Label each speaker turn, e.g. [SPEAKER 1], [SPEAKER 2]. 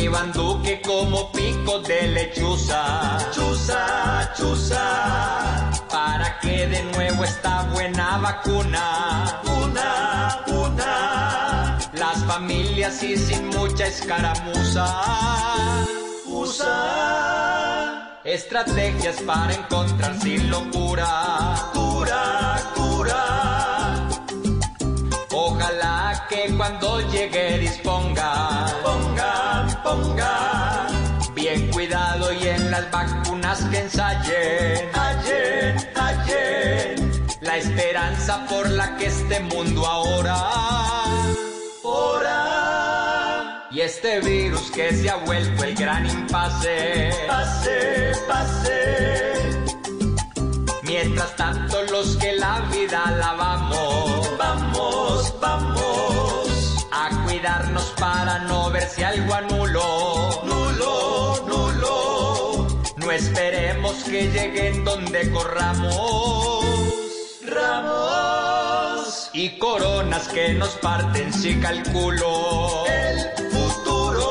[SPEAKER 1] Iván Duque como pico de lechuza. Chuza, chuza. Para que de nuevo esta buena vacuna. Una, una. Las familias y sin mucha escaramuza. Usa. Estrategias para encontrar sin locura. Cura, cura. Ojalá que cuando llegue disponga, ponga, ponga, bien cuidado y en las vacunas que ensayen, ayer, ayer, la esperanza por la que este mundo ahora, ora, y este virus que se ha vuelto el gran impasse, pase, pase. Mientras tanto los que la vida lavamos, vamos, vamos a cuidarnos para no ver si algo anulo, nulo, nulo. No esperemos que lleguen donde corramos, ramos y coronas que nos parten si calculo el futuro.